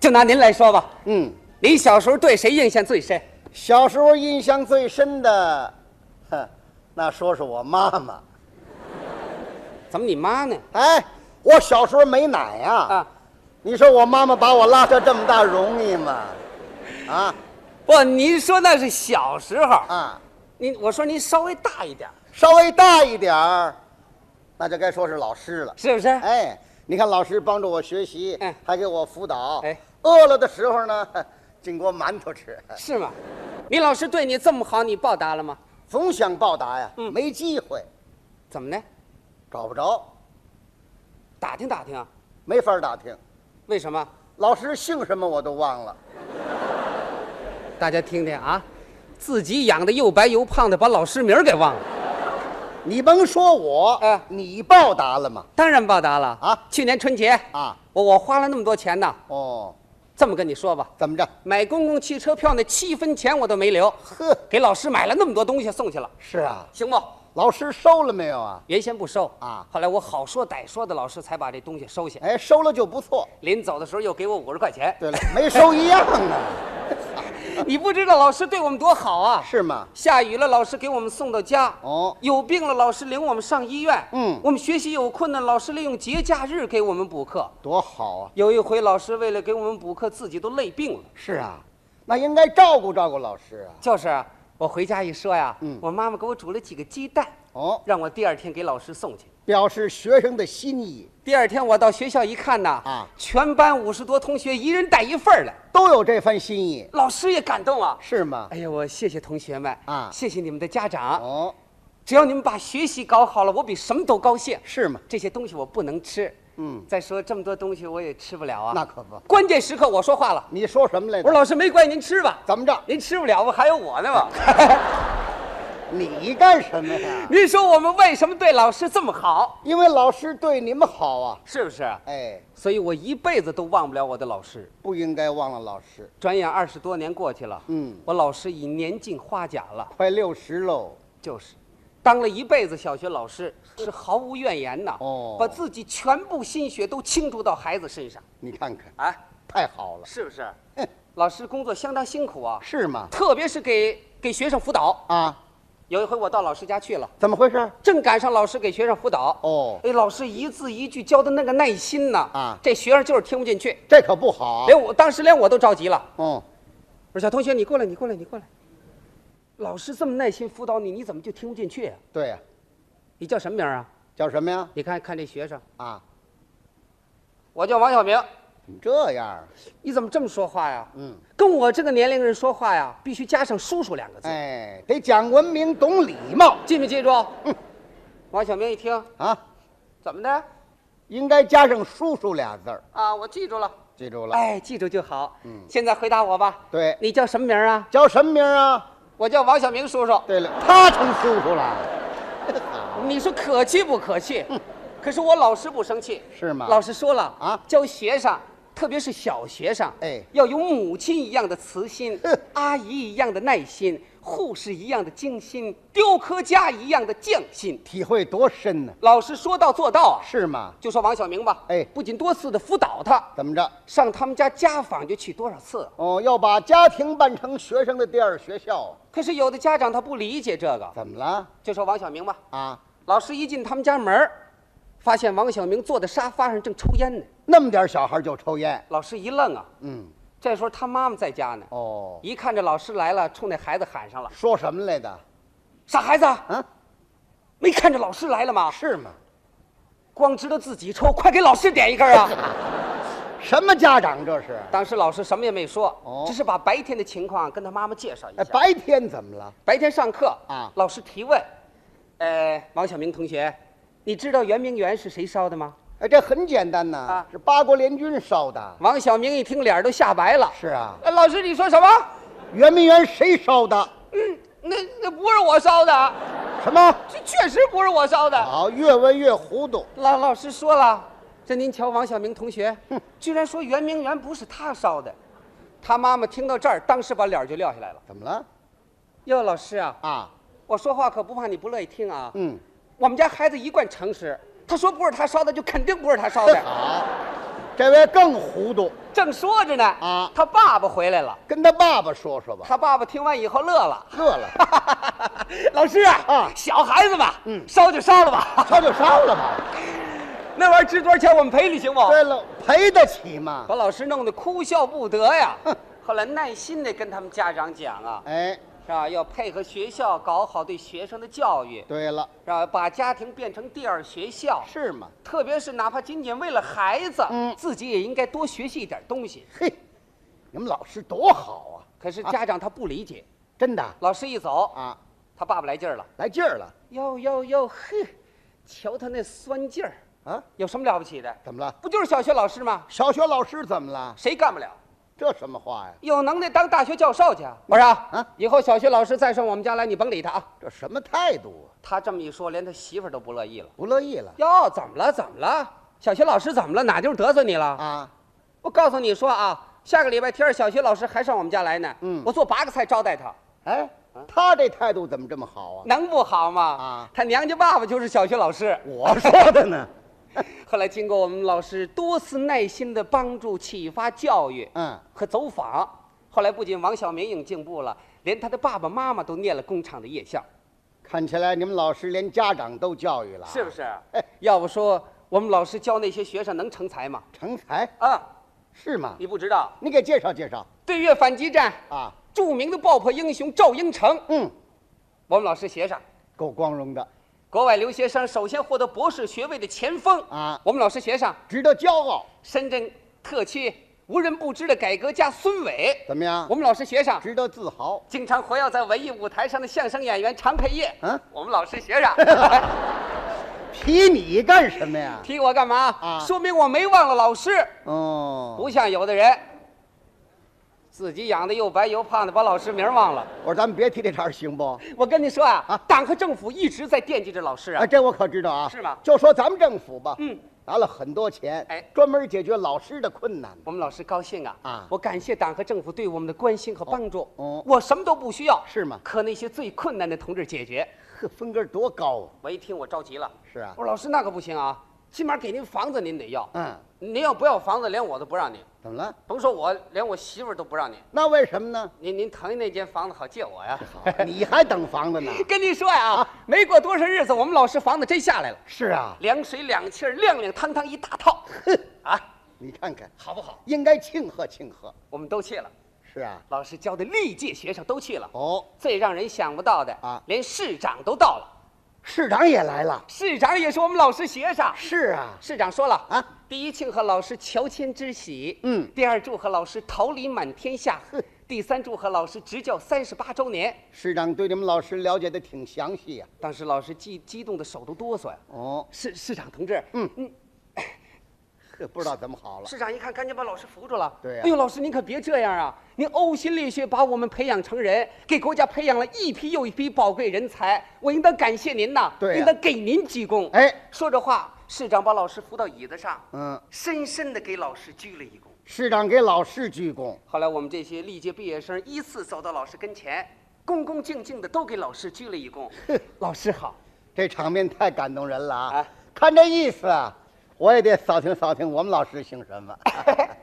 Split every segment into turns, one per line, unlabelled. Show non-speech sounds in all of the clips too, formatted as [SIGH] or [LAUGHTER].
就拿您来说吧，
嗯，
您小时候对谁印象最深？
小时候印象最深的，哼，那说是我妈妈。
怎么你妈呢？
哎，我小时候没奶呀、啊，
啊，
你说我妈妈把我拉扯这么大容易吗？啊
不，您说那是小时候，
啊，
您我说您稍微大一点，
稍微大一点儿，那就该说是老师了。
是不是？
哎，你看老师帮助我学习，
嗯
还给我辅导。
哎
饿了的时候呢， [LAUGHS] 哼净给我馒头吃。
是吗？你老师对你这么好，你报答了吗？
总想报答呀，
嗯
没机会，
怎么呢？
找不着，
打听打听啊？
没法打听。
为什么？
老师姓什么我都忘了。
大家听听啊，自己养的又白又胖的，把老师名儿给忘了。
你甭说我，
嗯
你报答了吗？
当然报答了
啊
去年春节
啊，
我我花了那么多钱呢。
哦，
这么跟你说吧，
怎么着？
买公共汽车票那七分钱我都没留，
呵，
给老师买了那么多东西送去了，
是啊，
行不？
老师收了没有啊？
原先不收
啊
后来我好说歹说的，老师才把这东西收下。
哎，收了就不错。
临走的时候又给我五十块钱，
对了，没收一样啊， [LAUGHS]
你不知道老师对我们多好啊！
是吗？
下雨了，老师给我们送到家；
嗯哦，
有病了，老师领我们上医院。
嗯
我们学习有困难，老师利用节假日给我们补课。
多好啊！
有一回，老师为了给我们补课，自己都累病了。
是啊，那应该照顾照顾老师啊。
就是啊我回家一说呀，
嗯
我妈妈给我煮了几个鸡蛋，
哦，
让我第二天给老师送去。
表示学生的心意
第二天我到学校一看呐，
啊
全班五十多同学一人带一份儿来，
都有这番心意，
老师也感动啊。
是吗？
哎呀，我谢谢同学们
啊
谢谢你们的家长。
哦，
只要你们把学习搞好了，我比什么都高兴。
是吗？
这些东西我不能吃，
嗯
再说这么多东西我也吃不了啊。
那可不。
关键时刻我说话了，
你说什么来
我说
着？
老师没关系，您吃吧，
怎么着？
您吃不了吧，还有我呢嘛。
你干什么呀？
您说我们为什么对老师这么好？
因为老师对你们好啊。
是不是？
哎，
所以我一辈子都忘不了我的老师。
不应该忘了老师。
转眼二十多年过去了，
嗯，
我老师已年近花甲了，
快六十喽，
就是。当了一辈子小学老师，是毫无怨言呐。
哦
把自己全部心血都倾注到孩子身上，
你看看，
啊，
太好了，
是不是？
哼
老师工作相当辛苦啊，
是吗？
特别是给给学生辅导。
啊，
有一回我到老师家去了，
怎么回事？
正赶上老师给学生辅导。
哦，
哎，老师一字一句教的那个耐心呐，
啊
这学生就是听不进去，
这可不好啊。
连我当时连我都着急了。
哦，
我说小同学，你过来，你过来，你过来。老师这么耐心辅导你，你怎么就听不进去啊？
对呀、
你叫什么名儿啊？
叫什么呀？
你看看这学生，
啊，
我叫王小明。
怎么这样啊？
你怎么这么说话呀？
嗯，
跟我这个年龄人说话呀，必须加上“叔叔”两个字，
哎，得讲文明，懂礼貌
记没记住？王小明一听，
啊，
怎么的？
应该加上“叔叔”俩字儿，
啊，我记住了。
记住了。
哎，记住就好。嗯，现在回答我吧。
对
你叫什么名儿啊？
叫什么名儿啊？
我叫王小明叔叔。
对了，他成叔叔了，
你说可气不可气？可是我老师不生气，
是吗？
老师说了
啊
教学生，特别是小学生，
哎
要有母亲一样的慈心
哼，
阿姨一样的耐心，护士一样的精心，雕刻家一样的匠心。
体会多深呢、
老师说到做到啊，
是吗？
就说王小明吧，
哎
不仅多次的辅导他，
怎么着？
上他们家家访就去多少次啊？
哦，要把家庭办成学生的第二学校啊，
可是有的家长他不理解这个，
怎么了？
就说王小明吧，
啊，
老师一进他们家门儿发现王小明坐在沙发上正抽烟呢。
那么点小孩就抽烟，
老师一愣啊，
嗯，
这时候他妈妈在家呢，
哦，
一看这老师来了，冲那孩子喊上了
说什么来的？：“
傻孩子，
啊，
没看着老师来了吗？
是吗？
光知道自己抽，快给老师点一根啊
什么家长这是？！”
当时老师什么也没说，
哦
只是把白天的情况跟他妈妈介绍一
哎，
下。
白天怎么了？
白天上课
啊
老师提问：“呃，王小明同学，你知道圆明园是谁烧的吗
哎，这很简单呐、
啊
是八国联军烧的？”。
王小明一听，脸儿都吓白了。
是啊，
呃老师，你说什么？嗯
圆明园谁烧的？
那那不是我烧的，
什么？
这确实不是我烧的。
好，越问越糊涂。
老老师说了，这您瞧，王小明同学，居然说圆明园不是他烧的，他妈妈听到这儿，当时把脸儿就撂下来了。
怎么了？
哟，老师啊，
啊，
我说话可不怕你不乐意听啊。
嗯，
我们家孩子一贯诚实，他说不是他烧的，就肯定不是他烧
这
的。
好，这位更糊涂，
正说着呢，
啊
他爸爸回来了，
跟他爸爸说说吧，
他爸爸听完以后乐
[LAUGHS]
了，
乐了，
老师啊，
啊
小孩子嘛，
嗯
烧就烧了吧， [LAUGHS]
烧就烧了吧。
那玩意儿值多少钱，我们赔你行不？
对了，赔得起吗？
把老师弄得哭笑不得呀
哼。
后来耐心的跟他们家长讲啊，
哎，
是吧？要配合学校搞好对学生的教育，
对了，
是吧？把家庭变成第二学校，
是吗？
特别是哪怕仅仅为了孩子，
嗯
自己也应该多学习一点东西。
嘿，你们老师多好啊！
可是
啊
家长他不理解，
真的
老师一走，
啊，
他爸爸来劲儿了，
来劲儿了
哟哟哟，嘿，瞧他那酸劲儿，
啊？
有什么了不起的？
怎么了？
不就是小学老师吗？
小学老师怎么了？
谁干不了？
这什么话呀？
有能耐当大学教授去啊！我说啊
啊，
以后小学老师再上我们家来，你甭理他啊。
这什么态度啊？
他这么一说，连他媳妇儿都不乐意了。
不乐意了
哟，怎么了？怎么了？小学老师怎么了？哪地方得罪你了？
啊？
我告诉你说啊，下个礼拜天儿小学老师还上我们家来呢。
嗯
我做八个菜招待他，
哎，
啊
他这态度怎么这么好啊？
能不好吗？
啊
他娘家爸爸就是小学老师。
我说的呢。
后来经过我们老师多次耐心的帮助、启发、教育
嗯，
和走访，后来不仅王小明影进步了，连他的爸爸妈妈都念了工厂的夜校，
看起来你们老师连家长都教育了，
是不？是啊
哎？
要不说我们老师教那些学生能成才吗？
成才
啊，
是吗？
你不知道，
你给介绍介绍
对越反击战，
啊？
著名的爆破英雄赵英成，
嗯，
我们老师写上。
够光荣的，
国外留学生首先获得博士学位的前锋
啊
我们老师学上
值得骄傲。
深圳特区无人不知的改革家孙伟，
怎么样
我？们老师学上
值得自豪。
经常活跃在文艺舞台上的相声演员常佩业，
嗯
我们老师学上
提你干什么呀？
提我干嘛？
啊
说明我没忘了老师，
哦，
不像有的人自己养的又白又胖的，把老师名忘了。
我说咱们别提这茬儿行不？
我跟你说啊，
啊
党和政府一直在惦记着老师啊
哎，，这我可知道啊。
是吗
就说咱们政府吧，
嗯，
拿了很多钱，
哎
专门解决老师的困难。
我们老师高兴啊！
啊
我感谢党和政府对我们的关心和帮助。
哦哦啊
我什么都不需要，
是吗
可那些最困难的同志解决。
呵，分根儿多高啊！
我一听我着急了，
是啊
我，说老师那可不行啊，起码给您房子您得要，
嗯，
您要不要房子，连我都不让您，
怎么了？
甭说我，连我媳妇儿都不让您。
那为什么
[LAUGHS]
呢？
您您腾那间房子好借我呀？
你还等房子呢？
[LAUGHS] 跟您说呀、
啊
没过多少日子，我们老师房子真下来了，
是啊，
凉水两气儿，亮亮堂堂一大套，啊，
你看看，
好不好？
应该庆贺庆贺。
我们都去了，
是啊，
老师教的历届学生都去了。
哦，
最让人想不到的
啊
连市长都到了，
市长也来了。
市长也是我们老师学生。
是啊，
市长说了
啊，
第一庆贺老师乔迁之喜，
嗯
第二祝贺老师桃李满天下
哼，
第三祝贺老师执教三十八周年。
市长对你们老师了解的挺详细呀、
当时老师激激动的手都哆嗦呀。
哦，
市市长同志，
嗯
嗯，
呵，不知道怎么好了。
市长一看，赶紧把老师扶住了。
对呀
哎呦，老师您可别这样啊！您呕心沥血把我们培养成人，给国家培养了一批又一批宝贵人才，我应当感谢您呐，
对呀
应当给您鞠躬。
哎，
说着话，市长把老师扶到椅子上，
嗯，
深深地给老师鞠了一躬。
市长给老师鞠躬。
后来我们这些历届毕业生依次走到老师跟前，恭恭敬敬地都给老师鞠了一
[LAUGHS]
躬。老师好，
这场面太感动人了啊！
啊
看这意思啊，我也得扫听扫听我们老师姓什么，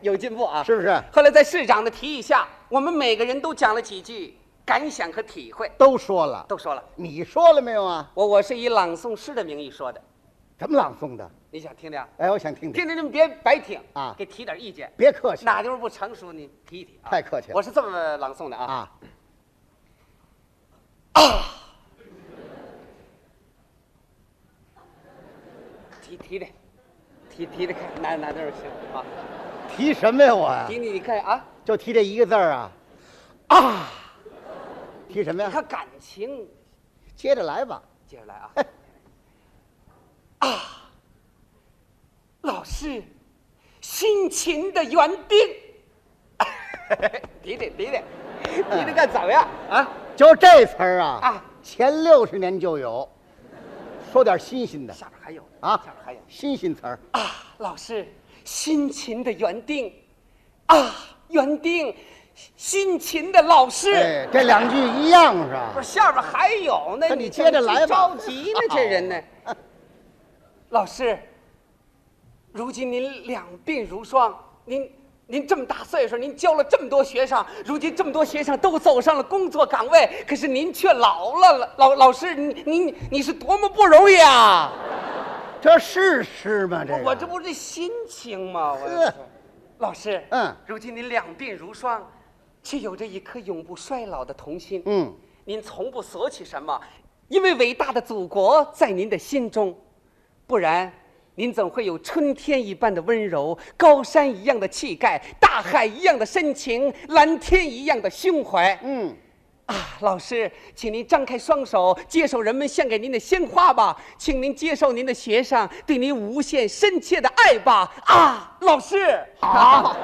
有进步啊！
是不是？
后来在市长的提议下，我们每个人都讲了几句感想和体会，
都说了，
都说了。
你说了没有啊？
我我是以朗诵诗的名义说的，
怎么朗诵的？
你想听听啊？
哎，我想听听，
听听你们别白听
啊
给提点意见，
别客气
哪地方不成熟你提一提啊。
太客气了
我是这么朗诵的啊。
啊！
提提着，提提着看哪哪地儿行啊？
提什么呀我呀
提？你你看啊，
就提这一个字儿啊
啊，
提什么
你
呀？
看感情，
接着来吧。
接着来啊。啊，老师，辛勤的园丁， [LAUGHS] 提提提提，提提看怎么样啊？
就这词儿啊
啊
前六十年就有，说点新鲜的
下边还有呢
啊
下边还有
新鲜词儿。
啊，老师，辛勤的园丁，啊，园丁，辛勤的老师。
哎，这两句一样是
不
吧
是？下边还有呢，
那你接着来吧 [LAUGHS]
着急呢，这人呢。老师，如今您两鬓如霜，您您这么大岁数，您教了这么多学生，如今这么多学生都走上了工作岗位，可是您却老了，老老师，您您你是多么不容易啊！
这是诗吗？这个
我这不是心情吗？
呵
我老师，
嗯
如今您两鬓如霜，却有着一颗永不衰老的童心。
嗯，
您从不索取什么，因为伟大的祖国在您的心中，不然。您怎会有春天一般的温柔，高山一样的气概，大海一样的深情，蓝天一样的胸怀？
嗯，
啊，老师，请您张开双手，接受人们献给您的鲜花吧，请您接受您的学生对您无限深切的爱吧。啊，老师，好，